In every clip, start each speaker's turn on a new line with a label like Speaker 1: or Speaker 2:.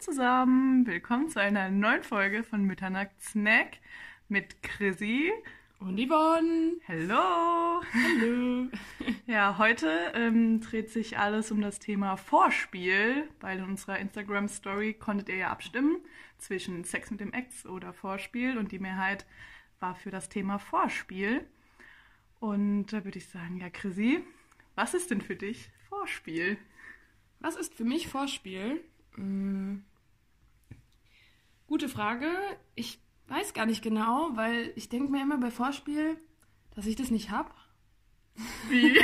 Speaker 1: zusammen, willkommen zu einer neuen Folge von Mitternacht Snack mit Chrissy.
Speaker 2: Und Yvonne.
Speaker 1: Hallo!
Speaker 2: Hallo.
Speaker 1: Ja, heute ähm, dreht sich alles um das Thema Vorspiel, weil in unserer Instagram-Story konntet ihr ja abstimmen zwischen Sex mit dem Ex oder Vorspiel und die Mehrheit war für das Thema Vorspiel. Und da würde ich sagen, ja, Chrissy, was ist denn für dich Vorspiel?
Speaker 2: Was ist für mich Vorspiel? Mm. Gute Frage. Ich weiß gar nicht genau, weil ich denke mir immer bei Vorspiel, dass ich das nicht hab.
Speaker 1: Wie?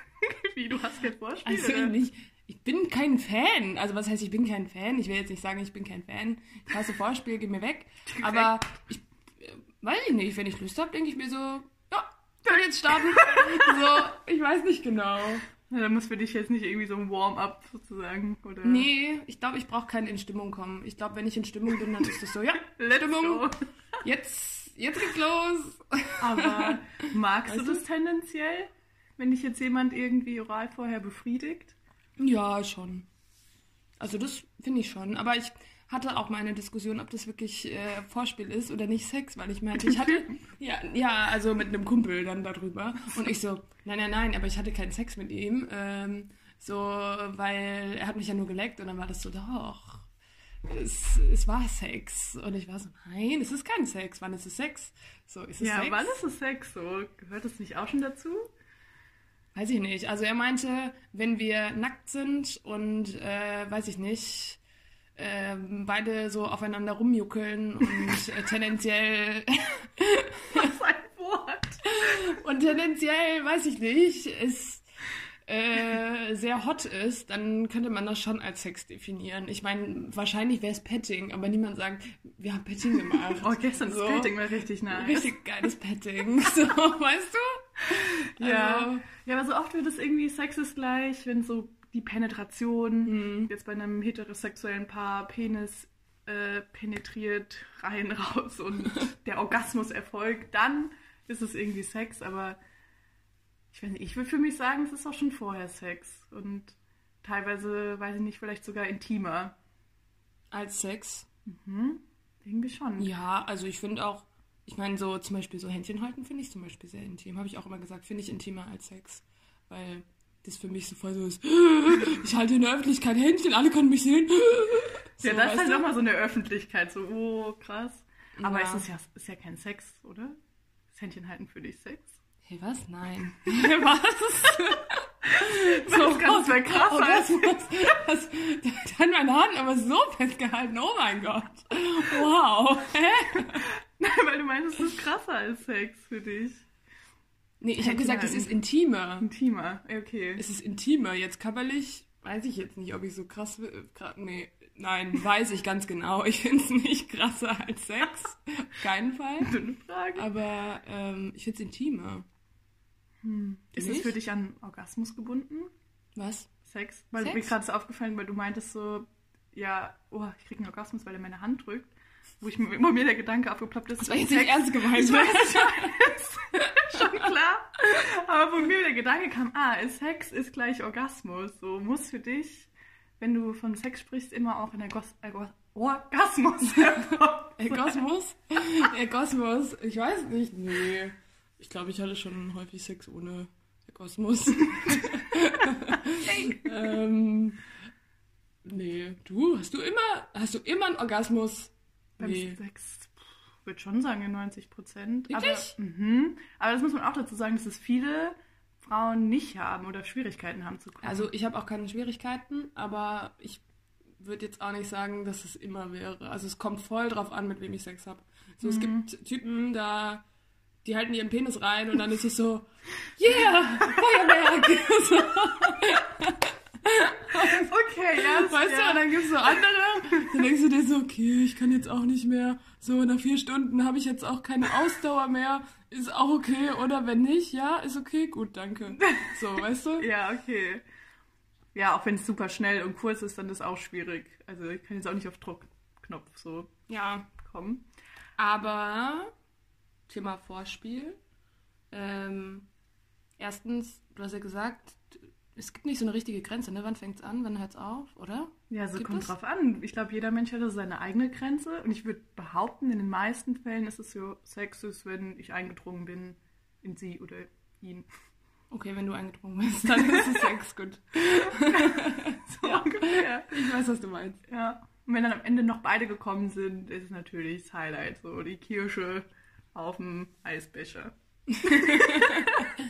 Speaker 1: Wie, du hast kein Vorspiel?
Speaker 2: Also
Speaker 1: oder?
Speaker 2: nicht, ich bin kein Fan. Also was heißt, ich bin kein Fan? Ich will jetzt nicht sagen, ich bin kein Fan. Ich hasse Vorspiel, geh mir weg. Aber ich äh, weiß ich nicht, wenn ich Lust hab, denke ich mir so, ja, kann jetzt starten. so, ich weiß nicht genau.
Speaker 1: Na, da muss für dich jetzt nicht irgendwie so ein Warm-up sozusagen, oder?
Speaker 2: Nee, ich glaube, ich brauche keinen in Stimmung kommen. Ich glaube, wenn ich in Stimmung bin, dann ist das so, ja,
Speaker 1: Let's
Speaker 2: Stimmung,
Speaker 1: go.
Speaker 2: jetzt, jetzt geht's los.
Speaker 1: Aber magst
Speaker 2: Weißt
Speaker 1: du
Speaker 2: du?
Speaker 1: das tendenziell, wenn dich jetzt jemand irgendwie oral vorher befriedigt?
Speaker 2: Ja, schon. Also das finde ich schon. Aber ich hatte auch mal eine Diskussion, ob das wirklich äh, Vorspiel ist oder nicht Sex, weil ich meinte, ich hatte ja, ja, also mit einem Kumpel dann darüber. Und ich so, nein, nein, nein, aber ich hatte keinen Sex mit ihm. Ähm, so, weil er hat mich ja nur geleckt und dann war das so, doch, es, es war Sex. Und ich war so, nein, es ist kein Sex. Wann ist es Sex? So, ist es
Speaker 1: ja,
Speaker 2: Sex?
Speaker 1: wann ist es Sex so? Gehört das nicht auch schon dazu?
Speaker 2: Weiß ich nicht. Also er meinte, wenn wir nackt sind und äh, weiß ich nicht, ähm, beide so aufeinander rumjuckeln und äh, tendenziell
Speaker 1: Das ist ein Wort.
Speaker 2: und tendenziell, weiß ich nicht, es äh, sehr hot ist, dann könnte man das schon als Sex definieren. Ich meine, wahrscheinlich wäre es Petting, aber niemand sagt, wir haben Petting gemacht.
Speaker 1: Oh, gestern
Speaker 2: So.
Speaker 1: das Dating war richtig nice.
Speaker 2: Richtig geiles Petting. So, weißt du?
Speaker 1: Ja.
Speaker 2: Also,
Speaker 1: ja, aber so oft wird es irgendwie Sex ist gleich, wenn so die Penetration
Speaker 2: Mhm.
Speaker 1: jetzt bei einem heterosexuellen Paar Penis äh, penetriert rein raus und der Orgasmus erfolgt, dann ist es irgendwie Sex, aber ich weiß nicht, ich würde für mich sagen, es ist auch schon vorher Sex und teilweise, weiß ich nicht, vielleicht sogar intimer.
Speaker 2: als Sex.
Speaker 1: Irgendwie schon.
Speaker 2: Ja, also ich finde auch, ich meine, so zum Beispiel so Händchen halten finde ich zum Beispiel sehr intim. Habe ich auch immer gesagt, finde ich intimer als Sex. Weil das für mich so voll so ist, ich halte in der Öffentlichkeit Händchen, alle können mich sehen. So,
Speaker 1: ja, das ist
Speaker 2: weißt
Speaker 1: halt
Speaker 2: du?
Speaker 1: nochmal so eine Öffentlichkeit, so, oh, krass. Aber
Speaker 2: Ja.
Speaker 1: es ist ja, ist ja kein Sex, oder? Das Händchen halten für dich Sex.
Speaker 2: Hey, was? Nein. Hey, was?
Speaker 1: Das Ganze wäre krass,
Speaker 2: Oh,
Speaker 1: als-
Speaker 2: das, was, was, dann meine Hand aber so festgehalten. Oh mein Gott. Wow.
Speaker 1: Weil du meinst, es ist krasser als Sex für dich.
Speaker 2: Nee, ich habe gesagt, es
Speaker 1: halten.
Speaker 2: ist intimer.
Speaker 1: Intimer, okay.
Speaker 2: Es ist intimer. Jetzt körperlich weiß ich jetzt nicht, ob ich so krass. wi- Gra nee, nein, weiß ich ganz genau. Ich finde es nicht krasser als Sex. Auf keinen Fall.
Speaker 1: Dünne Frage.
Speaker 2: Aber ähm, ich finde es intimer.
Speaker 1: Ist es
Speaker 2: Hm. nicht?
Speaker 1: für dich an Orgasmus gebunden?
Speaker 2: Was?
Speaker 1: Sex? Weil
Speaker 2: Sex?
Speaker 1: mir gerade ist aufgefallen, weil du meintest so, ja, oh, ich krieg einen Orgasmus, weil er meine Hand drückt. Wo ich mir immer mir der Gedanke aufgeploppt ist,
Speaker 2: Das war jetzt
Speaker 1: Sex-
Speaker 2: nicht ernst gemeint. ne?
Speaker 1: Ich weiß, ich weiß. Schon klar. Aber von mir der Gedanke kam, ah, ist Sex ist gleich Orgasmus. So muss für dich, wenn du von Sex sprichst, immer auch in der Gos Orgas- Orgasmus
Speaker 2: Ey, Kosmos? Ey, Kosmos? Ich weiß nicht. Nee. Ich glaube, ich hatte schon häufig Sex ohne Kosmos. ähm, nee. Du, hast du immer, hast du immer einen Orgasmus?
Speaker 1: Beim
Speaker 2: Nee.
Speaker 1: Sex würde schon sagen, in 90 Prozent. Aber,
Speaker 2: Wirklich?
Speaker 1: mhm. aber das muss man auch dazu sagen, dass es viele Frauen nicht haben oder Schwierigkeiten haben zu kommen.
Speaker 2: Also ich habe auch keine Schwierigkeiten, aber ich würde jetzt auch nicht sagen, dass es immer wäre. Also es kommt voll drauf an, mit wem ich Sex habe. So, es
Speaker 1: Mhm.
Speaker 2: gibt Typen, da die halten ihren Penis rein und dann ist es so, yeah, Feuerwerk. so,
Speaker 1: okay, ja,
Speaker 2: weißt du, und dann gibt es so andere, dann denkst du dir so, okay, ich kann jetzt auch nicht mehr. So, nach vier Stunden habe ich jetzt auch keine Ausdauer mehr. Ist auch okay, oder wenn nicht, ja, ist okay, gut, danke. So, weißt du?
Speaker 1: Ja, okay. Ja, auch wenn es super schnell und kurz ist, dann ist auch schwierig. Also ich kann jetzt auch nicht auf Druckknopf so
Speaker 2: Ja,
Speaker 1: kommen.
Speaker 2: Aber Thema Vorspiel. Ähm, erstens, du hast ja gesagt, es gibt nicht so eine richtige Grenze, ne? Wann fängt's an, wann hört's auf, oder?
Speaker 1: Ja, so
Speaker 2: Gibt
Speaker 1: kommt
Speaker 2: es?
Speaker 1: drauf an. Ich glaube, jeder Mensch hat so seine eigene Grenze. Und ich würde behaupten, in den meisten Fällen ist es so sexistisch, wenn ich eingedrungen bin in sie oder ihn.
Speaker 2: Okay, wenn du eingedrungen bist, dann ist es Sex, gut.
Speaker 1: So
Speaker 2: Ja.
Speaker 1: ungefähr.
Speaker 2: Ich weiß, was du meinst.
Speaker 1: Ja. Und wenn dann am Ende noch beide gekommen sind, ist es natürlich das Highlight. So die Kirsche auf dem Eisbecher.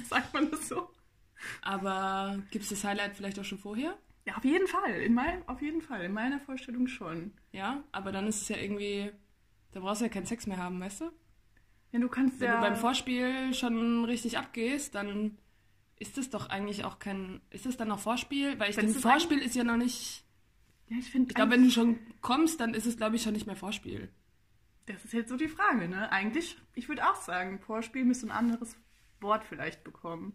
Speaker 1: Sagt man das so?
Speaker 2: Aber gibt's das Highlight vielleicht auch schon vorher?
Speaker 1: Ja, auf jeden Fall. In mein, auf jeden Fall. In meiner Vorstellung schon.
Speaker 2: Ja, aber dann ist es ja irgendwie, da brauchst du ja keinen Sex mehr haben, weißt du?
Speaker 1: Denn du kannst
Speaker 2: Wenn
Speaker 1: ja.
Speaker 2: du beim Vorspiel schon richtig abgehst, dann ist das doch eigentlich auch kein, ist das dann noch Vorspiel? Weil ich
Speaker 1: Dann
Speaker 2: denke,
Speaker 1: ist es
Speaker 2: Vorspiel ist ja noch nicht,
Speaker 1: ja, ich finde.
Speaker 2: ich glaube, wenn du schon kommst, dann ist es, glaube ich, schon nicht mehr Vorspiel.
Speaker 1: Das ist jetzt so die Frage, ne? Eigentlich, ich würde auch sagen, Vorspiel müsste ein anderes Wort vielleicht bekommen.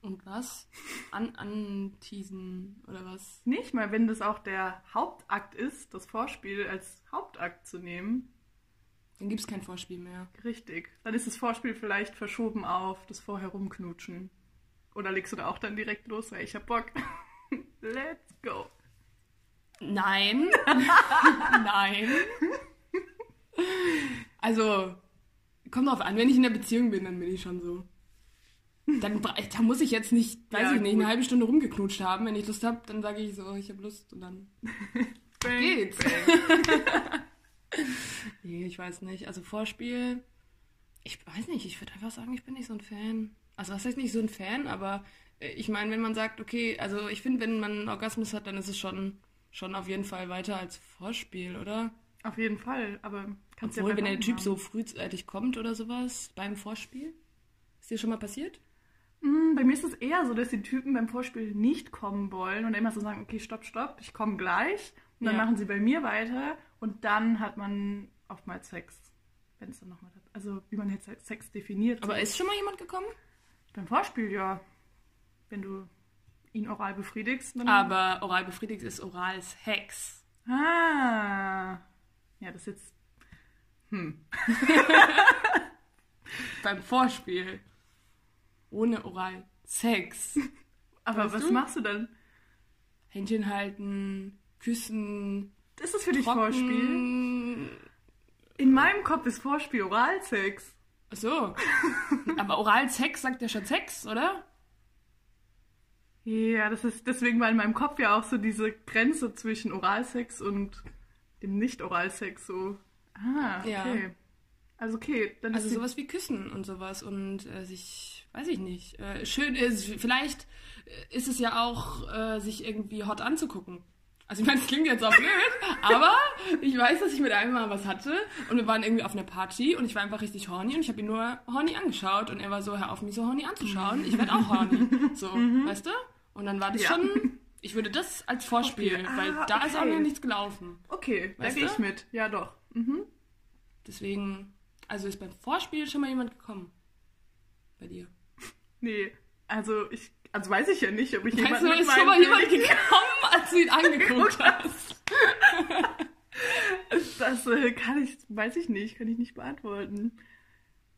Speaker 2: Und was? An, anteasen oder was?
Speaker 1: Nicht mal, wenn das auch der Hauptakt ist, das Vorspiel als Hauptakt zu nehmen.
Speaker 2: Dann gibt's kein Vorspiel mehr.
Speaker 1: Richtig. Dann ist das Vorspiel vielleicht verschoben auf das vorher rumknutschen. Oder legst du da auch dann direkt los, weil ich hab Bock. Let's go.
Speaker 2: Nein. Nein. Also, kommt drauf an, wenn ich in der Beziehung bin, dann bin ich schon so. Dann bra- da muss ich jetzt nicht, weiß
Speaker 1: Ja,
Speaker 2: ich nicht,
Speaker 1: gut.
Speaker 2: eine halbe Stunde rumgeknutscht haben. Wenn ich Lust habe, dann sage ich so, ich habe Lust und dann
Speaker 1: Bang,
Speaker 2: geht's.
Speaker 1: bang.
Speaker 2: Nee, ich weiß nicht. Also Vorspiel, ich weiß nicht, ich würde einfach sagen, ich bin nicht so ein Fan. Also was heißt nicht so ein Fan, aber äh, ich meine, wenn man sagt, okay, also ich finde, wenn man einen Orgasmus hat, dann ist es schon, schon auf jeden Fall weiter als Vorspiel, oder?
Speaker 1: Auf jeden Fall, aber kannst
Speaker 2: Obwohl,
Speaker 1: ja bei
Speaker 2: wenn der
Speaker 1: beiden
Speaker 2: Typ
Speaker 1: haben.
Speaker 2: so frühzeitig kommt oder sowas beim Vorspiel, ist dir schon mal passiert?
Speaker 1: Mm, Bei mir ist es eher so, dass die Typen beim Vorspiel nicht kommen wollen und immer so sagen, okay, stopp, stopp, ich komme gleich. Und dann
Speaker 2: Ja.
Speaker 1: machen sie bei mir weiter und dann hat man oftmals Sex. Wenn es dann nochmal, also wie man jetzt Sex definiert.
Speaker 2: Aber ist schon mal jemand gekommen?
Speaker 1: beim Vorspiel, ja. Wenn du ihn oral befriedigst, dann...
Speaker 2: Aber oral befriedigt ist oral Sex.
Speaker 1: Ah. Ja, das ist jetzt... Hm.
Speaker 2: Beim Vorspiel. Ohne oral Sex.
Speaker 1: Aber
Speaker 2: Weißt
Speaker 1: was
Speaker 2: du?
Speaker 1: machst du dann?
Speaker 2: Händchen halten, küssen,
Speaker 1: Ist es für dich Vorspiel?
Speaker 2: trocken.
Speaker 1: In meinem Kopf ist Vorspiel Oralsex.
Speaker 2: Ach so. Aber oral Sex sagt ja schon Sex, oder?
Speaker 1: Ja, das ist deswegen war in meinem Kopf ja auch so diese Grenze zwischen Oralsex und dem Nicht-Oralsex so. Ah,
Speaker 2: Ja.
Speaker 1: okay. Also okay, dann
Speaker 2: Also
Speaker 1: ist die-
Speaker 2: sowas wie Küssen und sowas und äh, sich, weiß ich nicht, äh, schön ist, vielleicht äh, ist es ja auch, äh, sich irgendwie hot anzugucken. Also ich meine, es klingt jetzt auch blöd, aber ich weiß, dass ich mit einem mal was hatte und wir waren irgendwie auf einer Party und ich war einfach richtig horny und ich habe ihn nur horny angeschaut und er war so, hör auf mich so horny anzuschauen, ich werde auch horny. So, weißt du? Und dann war das
Speaker 1: Mhm. Ja.
Speaker 2: schon, ich würde das als Vorspiel,
Speaker 1: Vorspiel. Ah,
Speaker 2: weil da ist auch
Speaker 1: okay.
Speaker 2: noch nichts gelaufen.
Speaker 1: okay, da
Speaker 2: Weißt
Speaker 1: gehe
Speaker 2: du?
Speaker 1: ich mit. Ja, doch. Mhm.
Speaker 2: Deswegen, also ist beim Vorspiel schon mal jemand gekommen. Bei dir.
Speaker 1: Nee, also ich also weiß ich ja nicht, ob ich
Speaker 2: Weißt
Speaker 1: jemanden
Speaker 2: du,
Speaker 1: mit
Speaker 2: ist schon
Speaker 1: meinem
Speaker 2: mal jemand
Speaker 1: Blick-
Speaker 2: gekommen, als du ihn angeguckt hast.
Speaker 1: das äh, kann ich weiß ich nicht, kann ich nicht beantworten.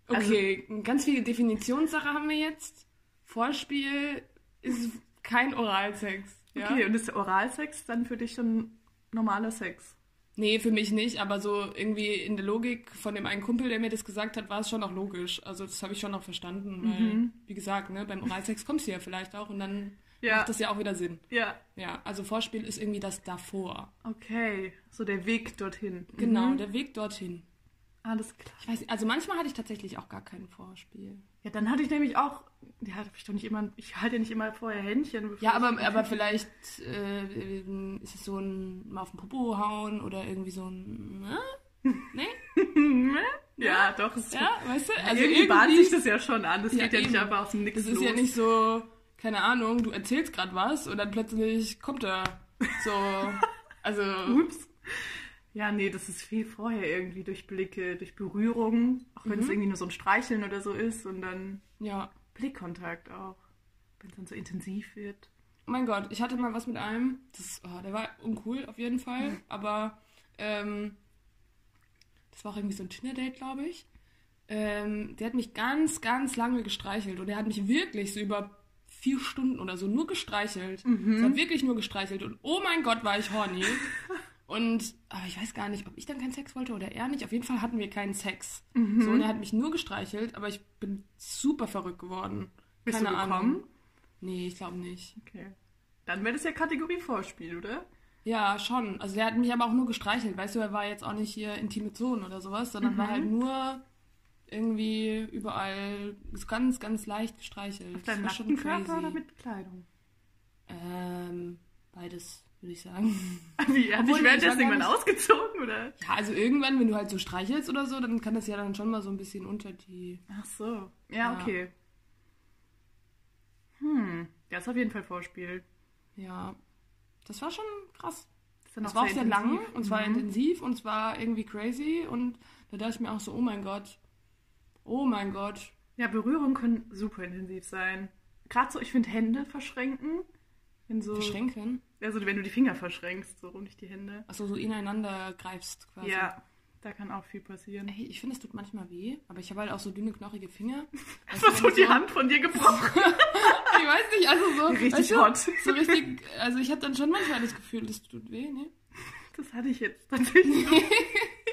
Speaker 1: Also,
Speaker 2: Okay, ganz viele Definitionssache haben wir jetzt. Vorspiel ist kein Oralsex. Ja?
Speaker 1: Okay, und ist Oralsex dann für dich schon normaler Sex?
Speaker 2: Nee, für mich nicht, aber so irgendwie in der Logik von dem einen Kumpel, der mir das gesagt hat, war es schon auch logisch. Also das habe ich schon noch verstanden, weil,
Speaker 1: Mhm.
Speaker 2: wie gesagt, ne, beim Oralsex kommst du ja vielleicht auch und dann
Speaker 1: Ja.
Speaker 2: macht das ja auch wieder Sinn.
Speaker 1: Ja,
Speaker 2: Ja, also Vorspiel ist irgendwie das davor.
Speaker 1: okay, so der Weg dorthin.
Speaker 2: Genau,
Speaker 1: Mhm.
Speaker 2: der Weg dorthin.
Speaker 1: Alles klar.
Speaker 2: Ich weiß nicht, also manchmal hatte ich tatsächlich auch gar kein Vorspiel.
Speaker 1: Ja, dann hatte ich nämlich auch, ja, hab ich doch nicht immer, ich halte ja nicht immer vorher Händchen. bevor
Speaker 2: Ja, aber,
Speaker 1: ich-
Speaker 2: aber vielleicht äh, ähm, ist es so ein mal auf den Popo hauen oder irgendwie so ein. Ne? Nee?
Speaker 1: Ja, doch, es
Speaker 2: Ja, weißt du?
Speaker 1: also irgendwie bahnt sich das ja schon an. Das
Speaker 2: Ja,
Speaker 1: geht ja nicht
Speaker 2: eben.
Speaker 1: einfach aus dem Nix
Speaker 2: das ist
Speaker 1: los.
Speaker 2: ja nicht so, keine Ahnung, du erzählst gerade was und dann plötzlich kommt er. So. Also.
Speaker 1: Ups. Ja, nee, das ist viel vorher irgendwie durch Blicke, durch Berührung, auch wenn es
Speaker 2: Mhm.
Speaker 1: irgendwie nur so ein Streicheln oder so ist und dann
Speaker 2: Ja.
Speaker 1: Blickkontakt auch, wenn es dann so intensiv wird.
Speaker 2: Mein Gott, ich hatte mal was mit einem. Das, oh, der war uncool auf jeden Fall, aber ähm, das war auch irgendwie so ein Tinder-Date, glaube ich. Ähm, der hat mich ganz, ganz lange gestreichelt und er hat mich wirklich so über vier Stunden oder so nur gestreichelt.
Speaker 1: Mhm.
Speaker 2: Es hat wirklich nur gestreichelt. Und oh mein Gott, war ich horny. Und aber ich weiß gar nicht, ob ich dann keinen Sex wollte oder er nicht. Auf jeden Fall hatten wir keinen Sex.
Speaker 1: Mhm.
Speaker 2: So, und er hat mich nur gestreichelt, aber ich bin super verrückt geworden.
Speaker 1: Bist du
Speaker 2: Keine Ahnung.
Speaker 1: gekommen?
Speaker 2: Nee, ich glaube nicht.
Speaker 1: Okay. Dann wäre das ja Kategorie Vorspiel, oder?
Speaker 2: Ja, schon. Also der hat mich aber auch nur gestreichelt. Weißt du, er war jetzt auch nicht hier intime Zonen oder sowas, sondern
Speaker 1: Mhm.
Speaker 2: war halt nur irgendwie überall ganz, ganz leicht gestreichelt.
Speaker 1: Auf deinem
Speaker 2: war
Speaker 1: nackten Körper oder mit Kleidung?
Speaker 2: Ähm, beides, würde ich sagen.
Speaker 1: Wie, er hat dich
Speaker 2: Obwohl, ich
Speaker 1: währenddessen
Speaker 2: war gar
Speaker 1: irgendwann ausgezogen, oder?
Speaker 2: Ja, also irgendwann, wenn du halt so streichelst oder so, dann kann das ja dann schon mal so ein bisschen unter die...
Speaker 1: Ach so.
Speaker 2: Ja.
Speaker 1: Ja, okay. Hm. Ja, ist auf jeden Fall Vorspiel.
Speaker 2: Ja, das war schon krass.
Speaker 1: Ist dann
Speaker 2: es war auch sehr lang
Speaker 1: intensiv.
Speaker 2: und es war
Speaker 1: Mhm.
Speaker 2: intensiv und es war irgendwie crazy und da dachte ich mir auch so, oh mein Gott, oh mein Gott.
Speaker 1: Ja, Berührungen können super intensiv sein. Gerade so, ich finde Hände verschränken. Wenn so,
Speaker 2: Verschränken?
Speaker 1: also wenn du die Finger verschränkst, so rum nicht die Hände.
Speaker 2: Achso, so ineinander greifst quasi.
Speaker 1: Ja, da kann auch viel passieren.
Speaker 2: Ey, ich finde, es tut manchmal weh, aber ich habe halt auch so dünne, knochige Finger.
Speaker 1: Hast
Speaker 2: Weißt
Speaker 1: du so
Speaker 2: du, wenn
Speaker 1: die
Speaker 2: so-
Speaker 1: Hand von dir gebrochen?
Speaker 2: Ich weiß nicht, also so.
Speaker 1: Richtig
Speaker 2: weißt du,
Speaker 1: hot.
Speaker 2: So richtig, also ich habe dann schon manchmal das Gefühl, das tut weh, ne?
Speaker 1: Das hatte ich jetzt tatsächlich.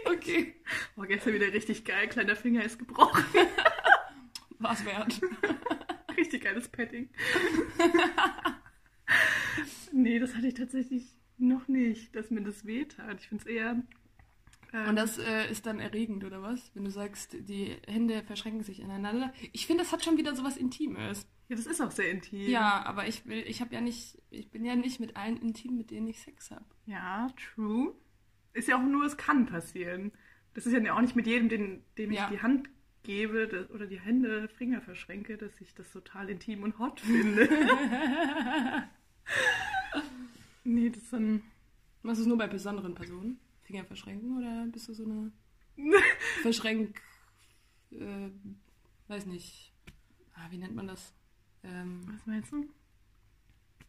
Speaker 2: Okay.
Speaker 1: Oh, gestern wieder richtig geil. Kleiner Finger ist gebrochen.
Speaker 2: War's wert.
Speaker 1: Richtig geiles Petting. nee, das hatte ich tatsächlich noch nicht, dass mir das wehtat. Ich finde es eher. ähm,
Speaker 2: Und das äh, ist dann erregend, oder was? Wenn du sagst, die Hände verschränken sich ineinander. Ich finde, das hat schon wieder so was Intimes.
Speaker 1: ja, das ist auch sehr intim.
Speaker 2: Ja, aber ich will, ich habe ja nicht, ich bin ja nicht mit allen intim, mit denen ich Sex habe.
Speaker 1: Ja, true. Ist ja auch nur, es kann passieren. Das ist ja auch nicht mit jedem, den, dem
Speaker 2: Ja.
Speaker 1: ich die Hand gebe das, oder die Hände, Finger verschränke, dass ich das total intim und hot finde. nee, das ist dann.
Speaker 2: Machst du es nur bei besonderen Personen? Finger verschränken oder bist du so eine Verschränk, äh, weiß nicht, ah, wie nennt man das? Ähm,
Speaker 1: Was meinst du?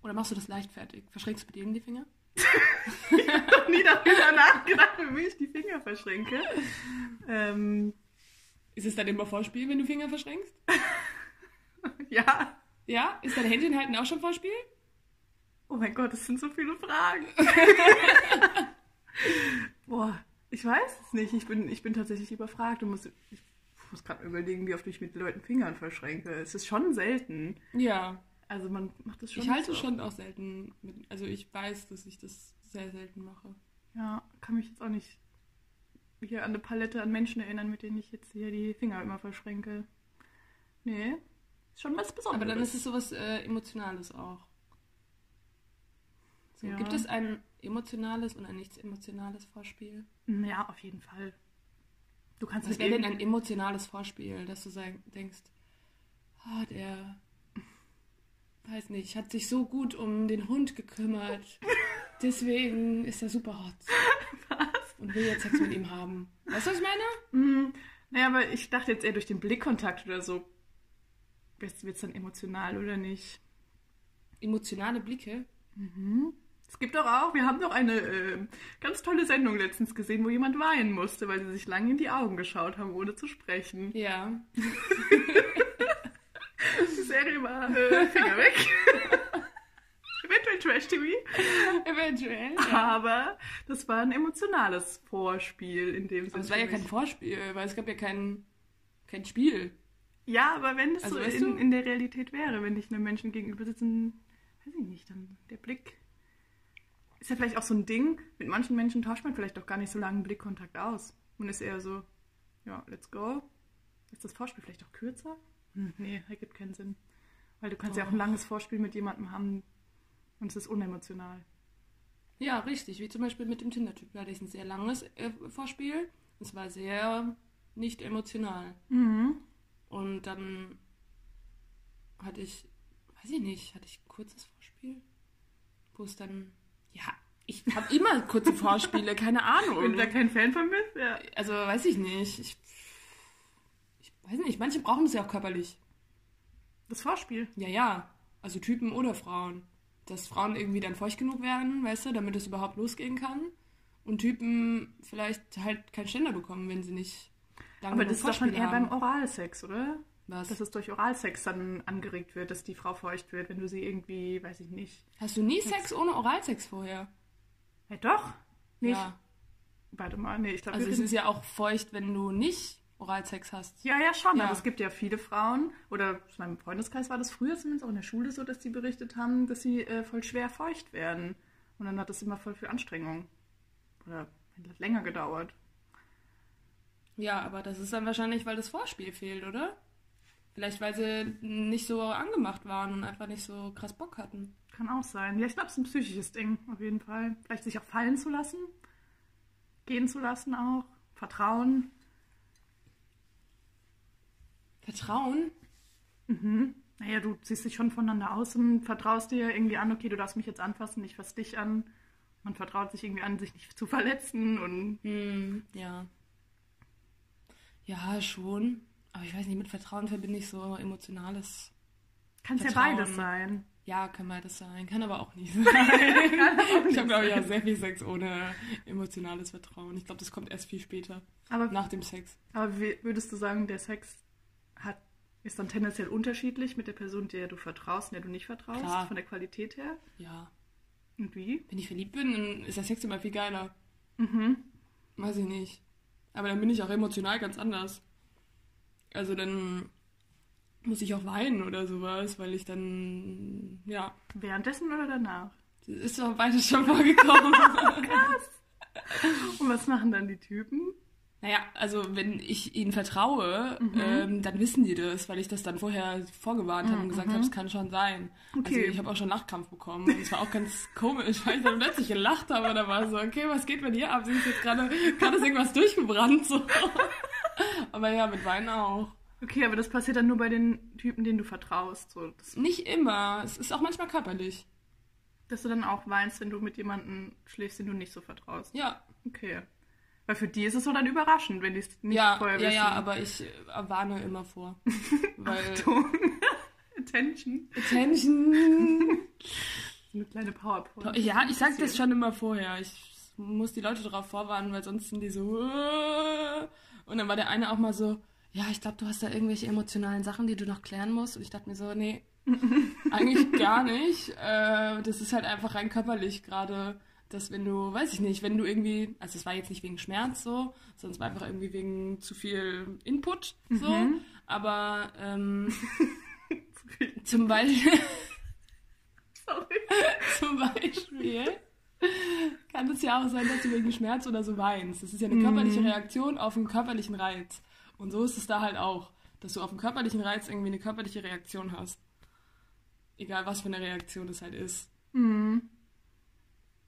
Speaker 2: oder machst du das leichtfertig? Verschränkst du mit denen die Finger?
Speaker 1: noch nie darüber nachgedacht, wie ich die Finger verschränke. Ähm,
Speaker 2: Ist es dann immer Vorspiel, wenn du Finger verschränkst?
Speaker 1: ja.
Speaker 2: Ja? Ist dein Händchen halten auch schon Vorspiel?
Speaker 1: Oh mein Gott, das sind so viele Fragen. Boah, ich weiß es nicht. Ich bin, ich bin tatsächlich überfragt und muss, ich muss gerade überlegen, wie oft ich mit Leuten Fingern verschränke. Es ist schon selten.
Speaker 2: Ja.
Speaker 1: Also man macht das schon.
Speaker 2: Ich halte
Speaker 1: so.
Speaker 2: schon auch selten mit, also ich weiß, dass ich das sehr selten mache.
Speaker 1: Ja, kann mich jetzt auch nicht hier an eine Palette an Menschen erinnern, mit denen ich jetzt hier die Finger immer verschränke. Nee, ist schon was Besonderes.
Speaker 2: Aber dann ist es sowas äh, Emotionales auch. So,
Speaker 1: Ja.
Speaker 2: Gibt es ein emotionales und ein nichts emotionales Vorspiel?
Speaker 1: Ja, auf jeden Fall. Du kannst
Speaker 2: Was
Speaker 1: mit
Speaker 2: Also wäre denn
Speaker 1: jedem,
Speaker 2: ein emotionales Vorspiel, dass du sagen, denkst, ah, der, weiß nicht, hat sich so gut um den Hund gekümmert, deswegen ist er super hot. Und will jetzt Sex mit ihm haben. Weißt du, was ich meine?
Speaker 1: Mm, naja, aber ich dachte jetzt eher durch den Blickkontakt oder so. Wird es dann emotional oder nicht?
Speaker 2: Emotionale Blicke.
Speaker 1: Es gibt doch auch, wir haben doch eine äh, ganz tolle Sendung letztens gesehen, wo jemand weinen musste, weil sie sich lange in die Augen geschaut haben, ohne zu sprechen.
Speaker 2: Ja.
Speaker 1: Die Serie war äh, Finger weg. Eventuell Trash-TV.
Speaker 2: Eventuell. Ja.
Speaker 1: Aber das war ein emotionales Vorspiel in dem
Speaker 2: Aber
Speaker 1: Sinne.
Speaker 2: es war ja
Speaker 1: für mich.
Speaker 2: kein Vorspiel, weil es gab ja kein, kein Spiel.
Speaker 1: Ja, aber wenn das
Speaker 2: Also,
Speaker 1: so
Speaker 2: weißt
Speaker 1: in,
Speaker 2: du-
Speaker 1: in der Realität wäre, wenn ich einem Menschen gegenüber sitze, dann weiß ich nicht, dann der Blick. Ist ja vielleicht auch so ein Ding, mit manchen Menschen tauscht man vielleicht doch gar nicht so lange Blickkontakt aus. Man ist eher so, ja, let's go. Ist das Vorspiel vielleicht auch kürzer? Hm, nee, ergibt keinen Sinn. Weil du kannst ja auch ein
Speaker 2: Doch.
Speaker 1: langes Vorspiel mit jemandem haben und es ist unemotional.
Speaker 2: Ja, richtig. Wie zum Beispiel mit dem Tinder-Typ. Da hatte ich ein sehr langes äh, Vorspiel. Es war sehr nicht emotional. Mhm. Und dann hatte ich, weiß ich nicht, hatte ich ein kurzes Vorspiel, wo es dann, ja, ich habe immer kurze Vorspiele, keine
Speaker 1: Wenn
Speaker 2: Ahnung.
Speaker 1: du da kein Fan von bist, ja.
Speaker 2: Also weiß ich nicht. Ich, ich weiß nicht, manche brauchen es ja auch körperlich.
Speaker 1: Das Vorspiel.
Speaker 2: Ja, ja. Also Typen oder Frauen. Dass Frauen irgendwie dann feucht genug werden, weißt du, damit es überhaupt losgehen kann. Und Typen vielleicht halt keinen Ständer bekommen, wenn sie nicht lange
Speaker 1: Aber das ist doch schon
Speaker 2: Vorspiel
Speaker 1: eher
Speaker 2: haben.
Speaker 1: beim Oralsex, oder?
Speaker 2: Was?
Speaker 1: Dass es durch Oralsex dann angeregt wird, dass die Frau feucht wird, wenn du sie irgendwie, weiß ich nicht.
Speaker 2: Hast du nie Sex ohne Oralsex vorher?
Speaker 1: Ja, doch. Nicht.
Speaker 2: Ja.
Speaker 1: Warte mal, nee, ich glaube,
Speaker 2: Also
Speaker 1: wir
Speaker 2: es
Speaker 1: reden-
Speaker 2: ist ja auch feucht, wenn du nicht Oralsex hast.
Speaker 1: Ja, ja, schon.
Speaker 2: Ja.
Speaker 1: Aber es gibt ja viele Frauen, oder in meinem Freundeskreis war das früher zumindest auch in der Schule so, dass die berichtet haben, dass sie äh, voll schwer feucht werden. Und dann hat das immer voll viel Anstrengung. Oder hat länger gedauert.
Speaker 2: Ja, aber das ist dann wahrscheinlich, weil das Vorspiel fehlt, oder? Vielleicht, weil sie nicht so angemacht waren und einfach nicht so krass Bock hatten.
Speaker 1: Kann auch sein. Ja, ich glaube, es ist ein psychisches Ding, auf jeden Fall. Vielleicht sich auch fallen zu lassen, gehen zu lassen auch, Vertrauen.
Speaker 2: Vertrauen?
Speaker 1: Naja, du ziehst dich schon voneinander aus und vertraust dir irgendwie an, okay, du darfst mich jetzt anfassen, ich fass dich an. Man vertraut sich irgendwie an, sich nicht zu verletzen und
Speaker 2: Hm, ja. Ja, schon. Aber ich weiß nicht, mit Vertrauen verbinde ich so emotionales.
Speaker 1: kann es ja
Speaker 2: Vertrauen.
Speaker 1: beides sein.
Speaker 2: Ja, kann beides sein, kann aber auch nicht sein. ich habe, glaube ich, auch sehr viel Sex ohne emotionales Vertrauen. Ich glaube, das kommt erst viel später,
Speaker 1: Aber,
Speaker 2: nach dem Sex.
Speaker 1: aber wie, würdest du sagen, der Sex hat, ist dann tendenziell unterschiedlich mit der Person, der du vertraust und der du nicht vertraust,
Speaker 2: Klar.
Speaker 1: von der Qualität her?
Speaker 2: Ja.
Speaker 1: Und wie?
Speaker 2: Wenn ich verliebt bin, dann ist der Sex immer viel geiler.
Speaker 1: Mhm.
Speaker 2: Weiß ich nicht. Aber dann bin ich auch emotional ganz anders. Also dann muss ich auch weinen oder sowas, weil ich dann, ja,
Speaker 1: Währenddessen oder danach?
Speaker 2: das ist doch beides schon vorgekommen.
Speaker 1: Und was machen dann die Typen?
Speaker 2: naja, also wenn ich ihnen vertraue,
Speaker 1: Mhm.
Speaker 2: ähm, dann wissen die das, weil ich das dann vorher vorgewarnt habe und gesagt habe, es kann schon sein.
Speaker 1: Mhm, Okay.
Speaker 2: Also ich habe auch schon Nachtkampf bekommen und es war auch ganz komisch, weil ich dann plötzlich gelacht habe und da war so, okay, was geht bei dir ab? Sind jetzt gerade, gerade ist irgendwas durchgebrannt so. Aber ja, mit Weinen auch.
Speaker 1: Okay, aber das passiert dann nur bei den Typen, denen du vertraust. So, dass,
Speaker 2: Nicht immer. Es ist auch manchmal körperlich.
Speaker 1: dass du dann auch weinst, wenn du mit jemandem schläfst, den du nicht so vertraust.
Speaker 2: Ja.
Speaker 1: Okay. Weil für die ist es so dann überraschend, wenn die es nicht
Speaker 2: ja,
Speaker 1: vorher
Speaker 2: ja,
Speaker 1: wissen.
Speaker 2: ja, aber ich äh, warne immer vor. Weil
Speaker 1: Achtung. Attention.
Speaker 2: Attention.
Speaker 1: Eine kleine PowerPoint.
Speaker 2: Ja, ich sag das schon immer vorher. Ich muss die Leute darauf vorwarnen, weil sonst sind die so. "Äh." Und dann war der eine auch mal so, ja, ich glaube, du hast da irgendwelche emotionalen Sachen, die du noch klären musst. Und ich dachte mir so, nee, eigentlich gar nicht. Äh, das ist halt einfach rein körperlich gerade, dass wenn du, weiß ich nicht, wenn du irgendwie, also es war jetzt nicht wegen Schmerz so, sondern es war einfach irgendwie wegen zu viel Input so.
Speaker 1: Mhm.
Speaker 2: Aber ähm, zum Beispiel.
Speaker 1: Sorry.
Speaker 2: Zum Beispiel kann es ja auch sein, dass du wegen Schmerz oder so weinst. Das ist ja eine körperliche Reaktion auf einen körperlichen Reiz. Und so ist es da halt auch, dass du auf einen körperlichen Reiz irgendwie eine körperliche Reaktion hast. Egal, was für eine Reaktion es halt ist.
Speaker 1: Mhm.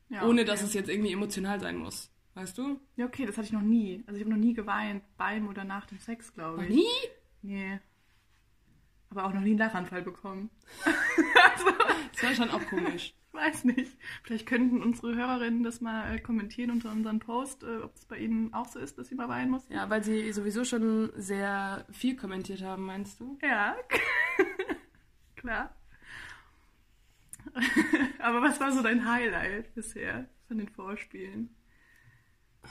Speaker 1: Ja,
Speaker 2: Ohne,
Speaker 1: okay.
Speaker 2: dass es jetzt irgendwie emotional sein muss. Weißt du?
Speaker 1: Ja, okay, das hatte ich noch nie. Also ich habe noch nie geweint beim oder nach dem Sex, glaube
Speaker 2: Noch
Speaker 1: ich.
Speaker 2: nie?
Speaker 1: Nee. Aber auch noch nie einen Lachanfall bekommen.
Speaker 2: Das wäre schon auch komisch.
Speaker 1: Ich weiß nicht. Vielleicht könnten unsere Hörerinnen das mal äh, kommentieren unter unserem Post, äh, ob es bei ihnen auch so ist, dass sie mal weinen muss.
Speaker 2: Ja, weil sie sowieso schon sehr viel kommentiert haben, meinst du?
Speaker 1: Ja. Klar. Aber was war so dein Highlight bisher von den Vorspielen?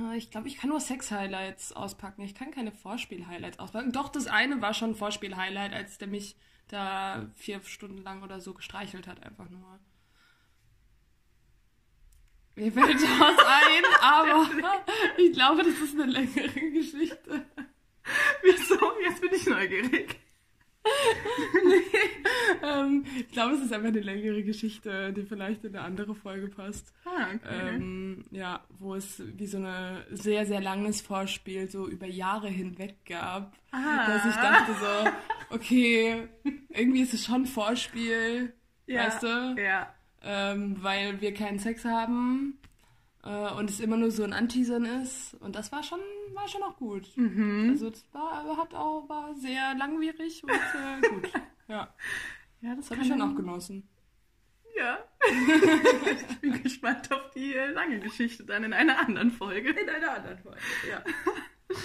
Speaker 2: Ah, Ich glaube, ich kann nur Sex-Highlights auspacken. Ich kann keine Vorspiel-Highlights auspacken. Doch, das eine war schon ein Vorspiel-Highlight, als der mich da vier Stunden lang oder so gestreichelt hat, einfach nur. Mir fällt was ein, aber ich glaube, das ist eine längere Geschichte.
Speaker 1: Wieso? Jetzt bin ich neugierig.
Speaker 2: Ähm, ich glaube, es ist einfach eine längere Geschichte, die vielleicht in eine andere Folge passt.
Speaker 1: Ah, okay.
Speaker 2: Ähm, ja, wo es wie so eine sehr, sehr langes Vorspiel so über Jahre hinweg gab.
Speaker 1: Ah.
Speaker 2: Dass ich dachte so, okay, irgendwie ist es schon Vorspiel,
Speaker 1: ja.
Speaker 2: weißt du?
Speaker 1: Ja.
Speaker 2: Ähm, weil wir keinen Sex haben äh, und es immer nur so ein Anteasern ist. Und das war schon, war schon auch gut.
Speaker 1: Mhm.
Speaker 2: Also das war, hat auch, war sehr langwierig und äh, gut. Ja,
Speaker 1: Ja, das,
Speaker 2: das habe
Speaker 1: kann
Speaker 2: ich schon
Speaker 1: dann-
Speaker 2: auch genossen.
Speaker 1: Ja. ich bin gespannt auf die äh, lange Geschichte dann in einer anderen Folge.
Speaker 2: In einer anderen Folge, ja. Was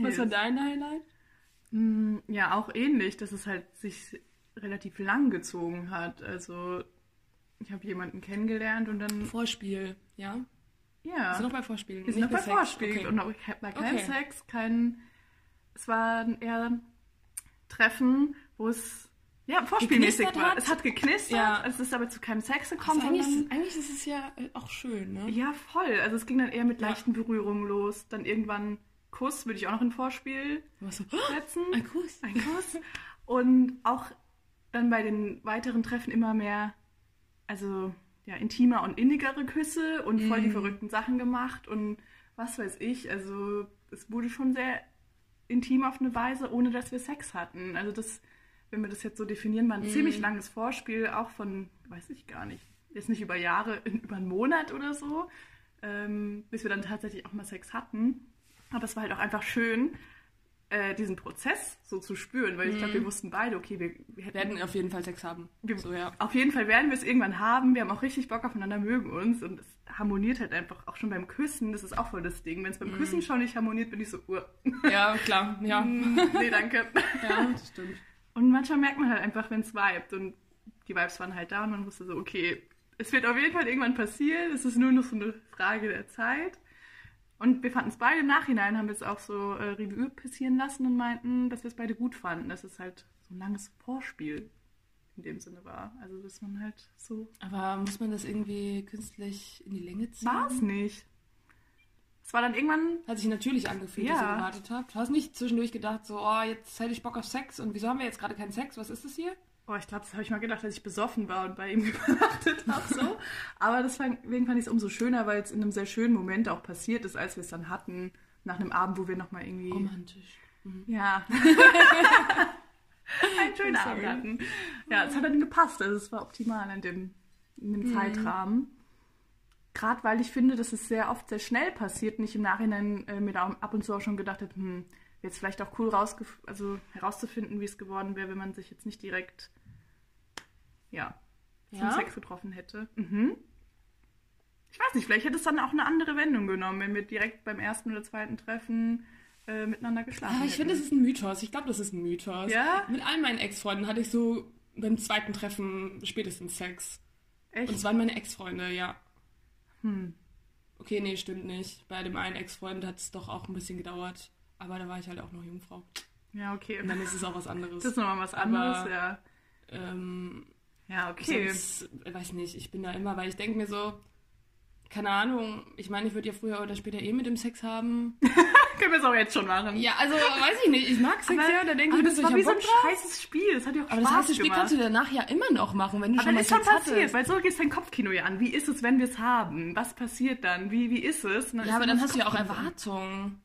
Speaker 1: Was
Speaker 2: war
Speaker 1: hat-
Speaker 2: dein Highlight?
Speaker 1: Mm, Ja, auch ähnlich, dass es halt sich relativ lang gezogen hat. Also ich habe jemanden kennengelernt und dann
Speaker 2: Vorspiel, ja.
Speaker 1: ja.
Speaker 2: Wir sind noch bei Vorspielen.
Speaker 1: Wir sind noch bei
Speaker 2: nicht
Speaker 1: Vorspiel
Speaker 2: Sex. Okay.
Speaker 1: und auch ke- bei keinem
Speaker 2: Okay.
Speaker 1: Sex, kein. Es waren eher Treffen, wo es ja, vorspielmäßig
Speaker 2: Geknistert
Speaker 1: war.
Speaker 2: hat.
Speaker 1: Es hat geknistert,
Speaker 2: Ja.
Speaker 1: also es ist aber zu keinem Sex
Speaker 2: Also
Speaker 1: gekommen.
Speaker 2: eigentlich,
Speaker 1: sondern-
Speaker 2: ist, eigentlich ist es ja äh, auch schön, ne?
Speaker 1: Ja, voll. Also es ging dann eher mit
Speaker 2: Ja.
Speaker 1: leichten Berührungen los. Dann irgendwann Kuss, würde ich auch noch in Vorspiel
Speaker 2: Du warst so, "Oh,
Speaker 1: setzen.
Speaker 2: ein Kuss.
Speaker 1: Ein Kuss. Und auch dann bei den weiteren Treffen immer mehr, also ja, intimer und innigere Küsse und voll die
Speaker 2: Mm.
Speaker 1: verrückten Sachen gemacht und was weiß ich. Also es wurde schon sehr intim auf eine Weise, ohne dass wir Sex hatten. Also das, wenn wir das jetzt so definieren, war ein ziemlich langes Vorspiel, auch von, weiß ich gar nicht, jetzt nicht über Jahre, über einen Monat oder so, ähm, bis wir dann tatsächlich auch mal Sex hatten. Aber es war halt auch einfach schön, äh, diesen Prozess so zu spüren, weil ich glaube, wir wussten beide, okay, wir, wir hätten
Speaker 2: Wir Mhm. werden auf jeden Fall Sex haben.
Speaker 1: wir,
Speaker 2: So, ja.
Speaker 1: Auf jeden Fall werden wir es irgendwann haben. Wir haben auch richtig Bock aufeinander, mögen uns. Und es harmoniert halt einfach auch schon beim Küssen. Das ist auch voll das Ding. Wenn es beim Küssen schon nicht harmoniert, bin ich so, uh,
Speaker 2: Ja, klar. Mhm. Ja.
Speaker 1: nee, danke.
Speaker 2: ja, das stimmt.
Speaker 1: Und manchmal merkt man halt einfach, wenn es vibet. Und die Vibes waren halt da und man wusste so, okay, es wird auf jeden Fall irgendwann passieren. Es ist nur noch so eine Frage der Zeit. Und wir fanden es beide im Nachhinein, haben wir es auch so äh, Revue passieren lassen und meinten, dass wir es beide gut fanden. Dass es halt so ein langes Vorspiel in dem Sinne war. Also, dass man halt so
Speaker 2: Aber muss man das irgendwie künstlich in die Länge ziehen?
Speaker 1: War es nicht. Es war dann irgendwann.
Speaker 2: Hat sich natürlich angefühlt, dass
Speaker 1: Ja.
Speaker 2: ihr gewartet habt. Du hast nicht zwischendurch gedacht, so, oh, jetzt hätte ich Bock auf Sex und wieso haben wir jetzt gerade keinen Sex? Was ist das hier?
Speaker 1: Oh, ich glaube, das habe ich mal gedacht, als ich besoffen war und bei ihm übernachtet habe. So. Aber deswegen fand ich es umso schöner, weil es in einem sehr schönen Moment auch passiert ist, als wir es dann hatten. Nach einem Abend, wo wir nochmal
Speaker 2: Oh
Speaker 1: irgendwie.
Speaker 2: Romantisch.
Speaker 1: Ja. Einen schönen
Speaker 2: I'm
Speaker 1: Abend
Speaker 2: sorry.
Speaker 1: hatten. Ja, es hat dann gepasst. Also es war optimal in dem, in
Speaker 2: Mhm.
Speaker 1: dem Zeitrahmen. Gerade weil ich finde, dass es sehr oft sehr schnell passiert und ich im Nachhinein äh, mir da ab und zu auch schon gedacht habe, hm, wäre es vielleicht auch cool rausgef also herauszufinden, wie es geworden wäre, wenn man sich jetzt nicht direkt ja, zum
Speaker 2: Ja?
Speaker 1: Sex getroffen hätte. Mhm. Ich weiß nicht, vielleicht hätte es dann auch eine andere Wendung genommen, wenn wir direkt beim ersten oder zweiten Treffen äh, miteinander geschlafen
Speaker 2: Aber
Speaker 1: hätten.
Speaker 2: ich finde, das ist ein Mythos. Ich glaube, das ist ein Mythos.
Speaker 1: Ja?
Speaker 2: Mit all meinen Ex-Freunden hatte ich so beim zweiten Treffen spätestens Sex. Und es
Speaker 1: echt.
Speaker 2: waren meine Ex-Freunde, ja.
Speaker 1: Hm.
Speaker 2: Okay, nee, stimmt nicht. Bei dem einen Ex-Freund hat es doch auch ein bisschen gedauert. Aber da war ich halt auch noch Jungfrau.
Speaker 1: Ja, okay.
Speaker 2: Und dann ist es auch was anderes.
Speaker 1: Das ist nochmal was anderes,
Speaker 2: Aber-
Speaker 1: ja.
Speaker 2: ähm,
Speaker 1: Ja, okay.
Speaker 2: Sonst, äh, weiß nicht, ich bin da immer, weil ich denke mir so, keine Ahnung, ich meine, ich würde ja früher oder später eh mit dem Sex haben.
Speaker 1: Können wir es auch jetzt schon machen.
Speaker 2: Ja, also weiß ich nicht, ich mag Sex ja, da denke ich
Speaker 1: aber
Speaker 2: mir
Speaker 1: das
Speaker 2: so, ich
Speaker 1: war
Speaker 2: hab
Speaker 1: wie so ein
Speaker 2: Bock drauf.
Speaker 1: scheißes Spiel. Das hat ja auch
Speaker 2: Aber das
Speaker 1: Spaß
Speaker 2: heißt, das Spiel
Speaker 1: gemacht.
Speaker 2: kannst du danach ja immer noch machen, wenn du
Speaker 1: aber
Speaker 2: schon mal
Speaker 1: das ist schon
Speaker 2: Sex hattest.
Speaker 1: passiert, weil so geht dein Kopfkino ja an. Wie ist es, wenn wir es haben? Was passiert dann? Wie, wie ist es? Und ist
Speaker 2: Ja, aber
Speaker 1: immer
Speaker 2: dann
Speaker 1: das
Speaker 2: hast du ja auch
Speaker 1: Kopfkino.
Speaker 2: Erwartungen.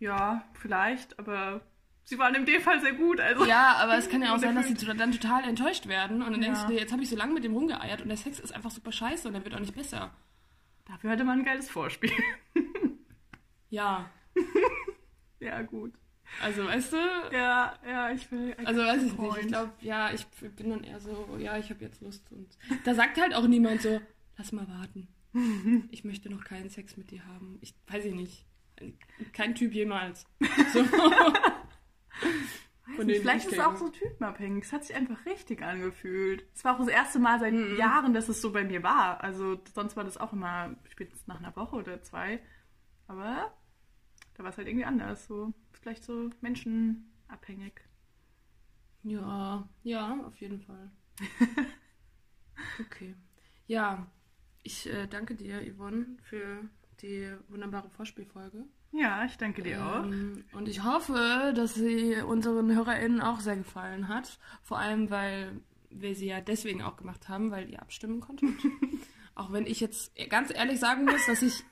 Speaker 1: Ja, vielleicht, aber sie waren in dem Fall sehr gut. Also.
Speaker 2: Ja, aber es kann ja auch
Speaker 1: Und
Speaker 2: sein, dass
Speaker 1: erfüllt.
Speaker 2: die to- dann total enttäuscht werden und dann denkst
Speaker 1: Ja.
Speaker 2: du dir, jetzt habe ich so lange mit dem rumgeeiert und der Sex ist einfach super scheiße und der wird auch nicht besser.
Speaker 1: Dafür hatte man ein geiles Vorspiel.
Speaker 2: Ja,
Speaker 1: ja, gut.
Speaker 2: also weißt du,
Speaker 1: Ja, ja, ich will.
Speaker 2: Also weiß ich nicht.
Speaker 1: Freund.
Speaker 2: Ich glaube, ja, ich bin dann eher so, ja, ich habe jetzt Lust und da sagt halt auch niemand so, lass mal warten. Ich möchte noch keinen Sex mit dir haben. Ich weiß ich nicht. Kein Typ jemals. So. Von denen
Speaker 1: Vielleicht
Speaker 2: ich
Speaker 1: ist es auch
Speaker 2: kenne.
Speaker 1: so typenabhängig. Es hat sich einfach richtig angefühlt. Es war auch das erste Mal seit
Speaker 2: Mhm.
Speaker 1: Jahren, dass es so bei mir war. Also sonst war das auch immer spätestens nach einer Woche oder zwei. Aber da war es halt irgendwie anders. So vielleicht so menschenabhängig.
Speaker 2: Ja, ja, auf jeden Fall. Okay. Ja, ich äh, danke dir, Yvonne, für die wunderbare Vorspielfolge.
Speaker 1: Ja, ich danke dir auch.
Speaker 2: Ähm, Und ich hoffe, dass sie unseren HörerInnen auch sehr gefallen hat. Vor allem, weil wir sie ja deswegen auch gemacht haben, weil ihr abstimmen konntet. auch wenn ich jetzt ganz ehrlich sagen muss, dass ich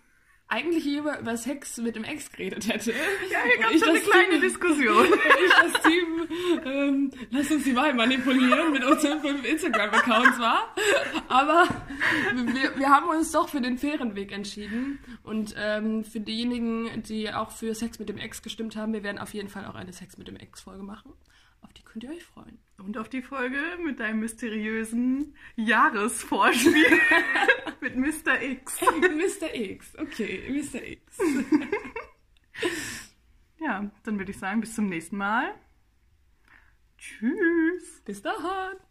Speaker 2: eigentlich lieber über Sex mit dem Ex geredet hätte.
Speaker 1: Ja, hier gab es
Speaker 2: ich
Speaker 1: schon eine
Speaker 2: das
Speaker 1: kleine
Speaker 2: Team-
Speaker 1: Diskussion.
Speaker 2: Wenn ich das Team, ähm, lass uns die Wahl manipulieren, mit unseren fünf Instagram-Accounts war. Aber wir, wir haben uns doch für den fairen Weg entschieden. Und ähm, für diejenigen, die auch für Sex mit dem Ex gestimmt haben, wir werden auf jeden Fall auch eine Sex mit dem Ex-Folge machen. Auf die könnt ihr euch freuen.
Speaker 1: Und auf die Folge mit deinem mysteriösen Jahresvorspiel mit Mr. X.
Speaker 2: Mr. X, okay, Mr. X.
Speaker 1: Ja, dann würde ich sagen, bis zum nächsten Mal. Tschüss.
Speaker 2: Bis dahin.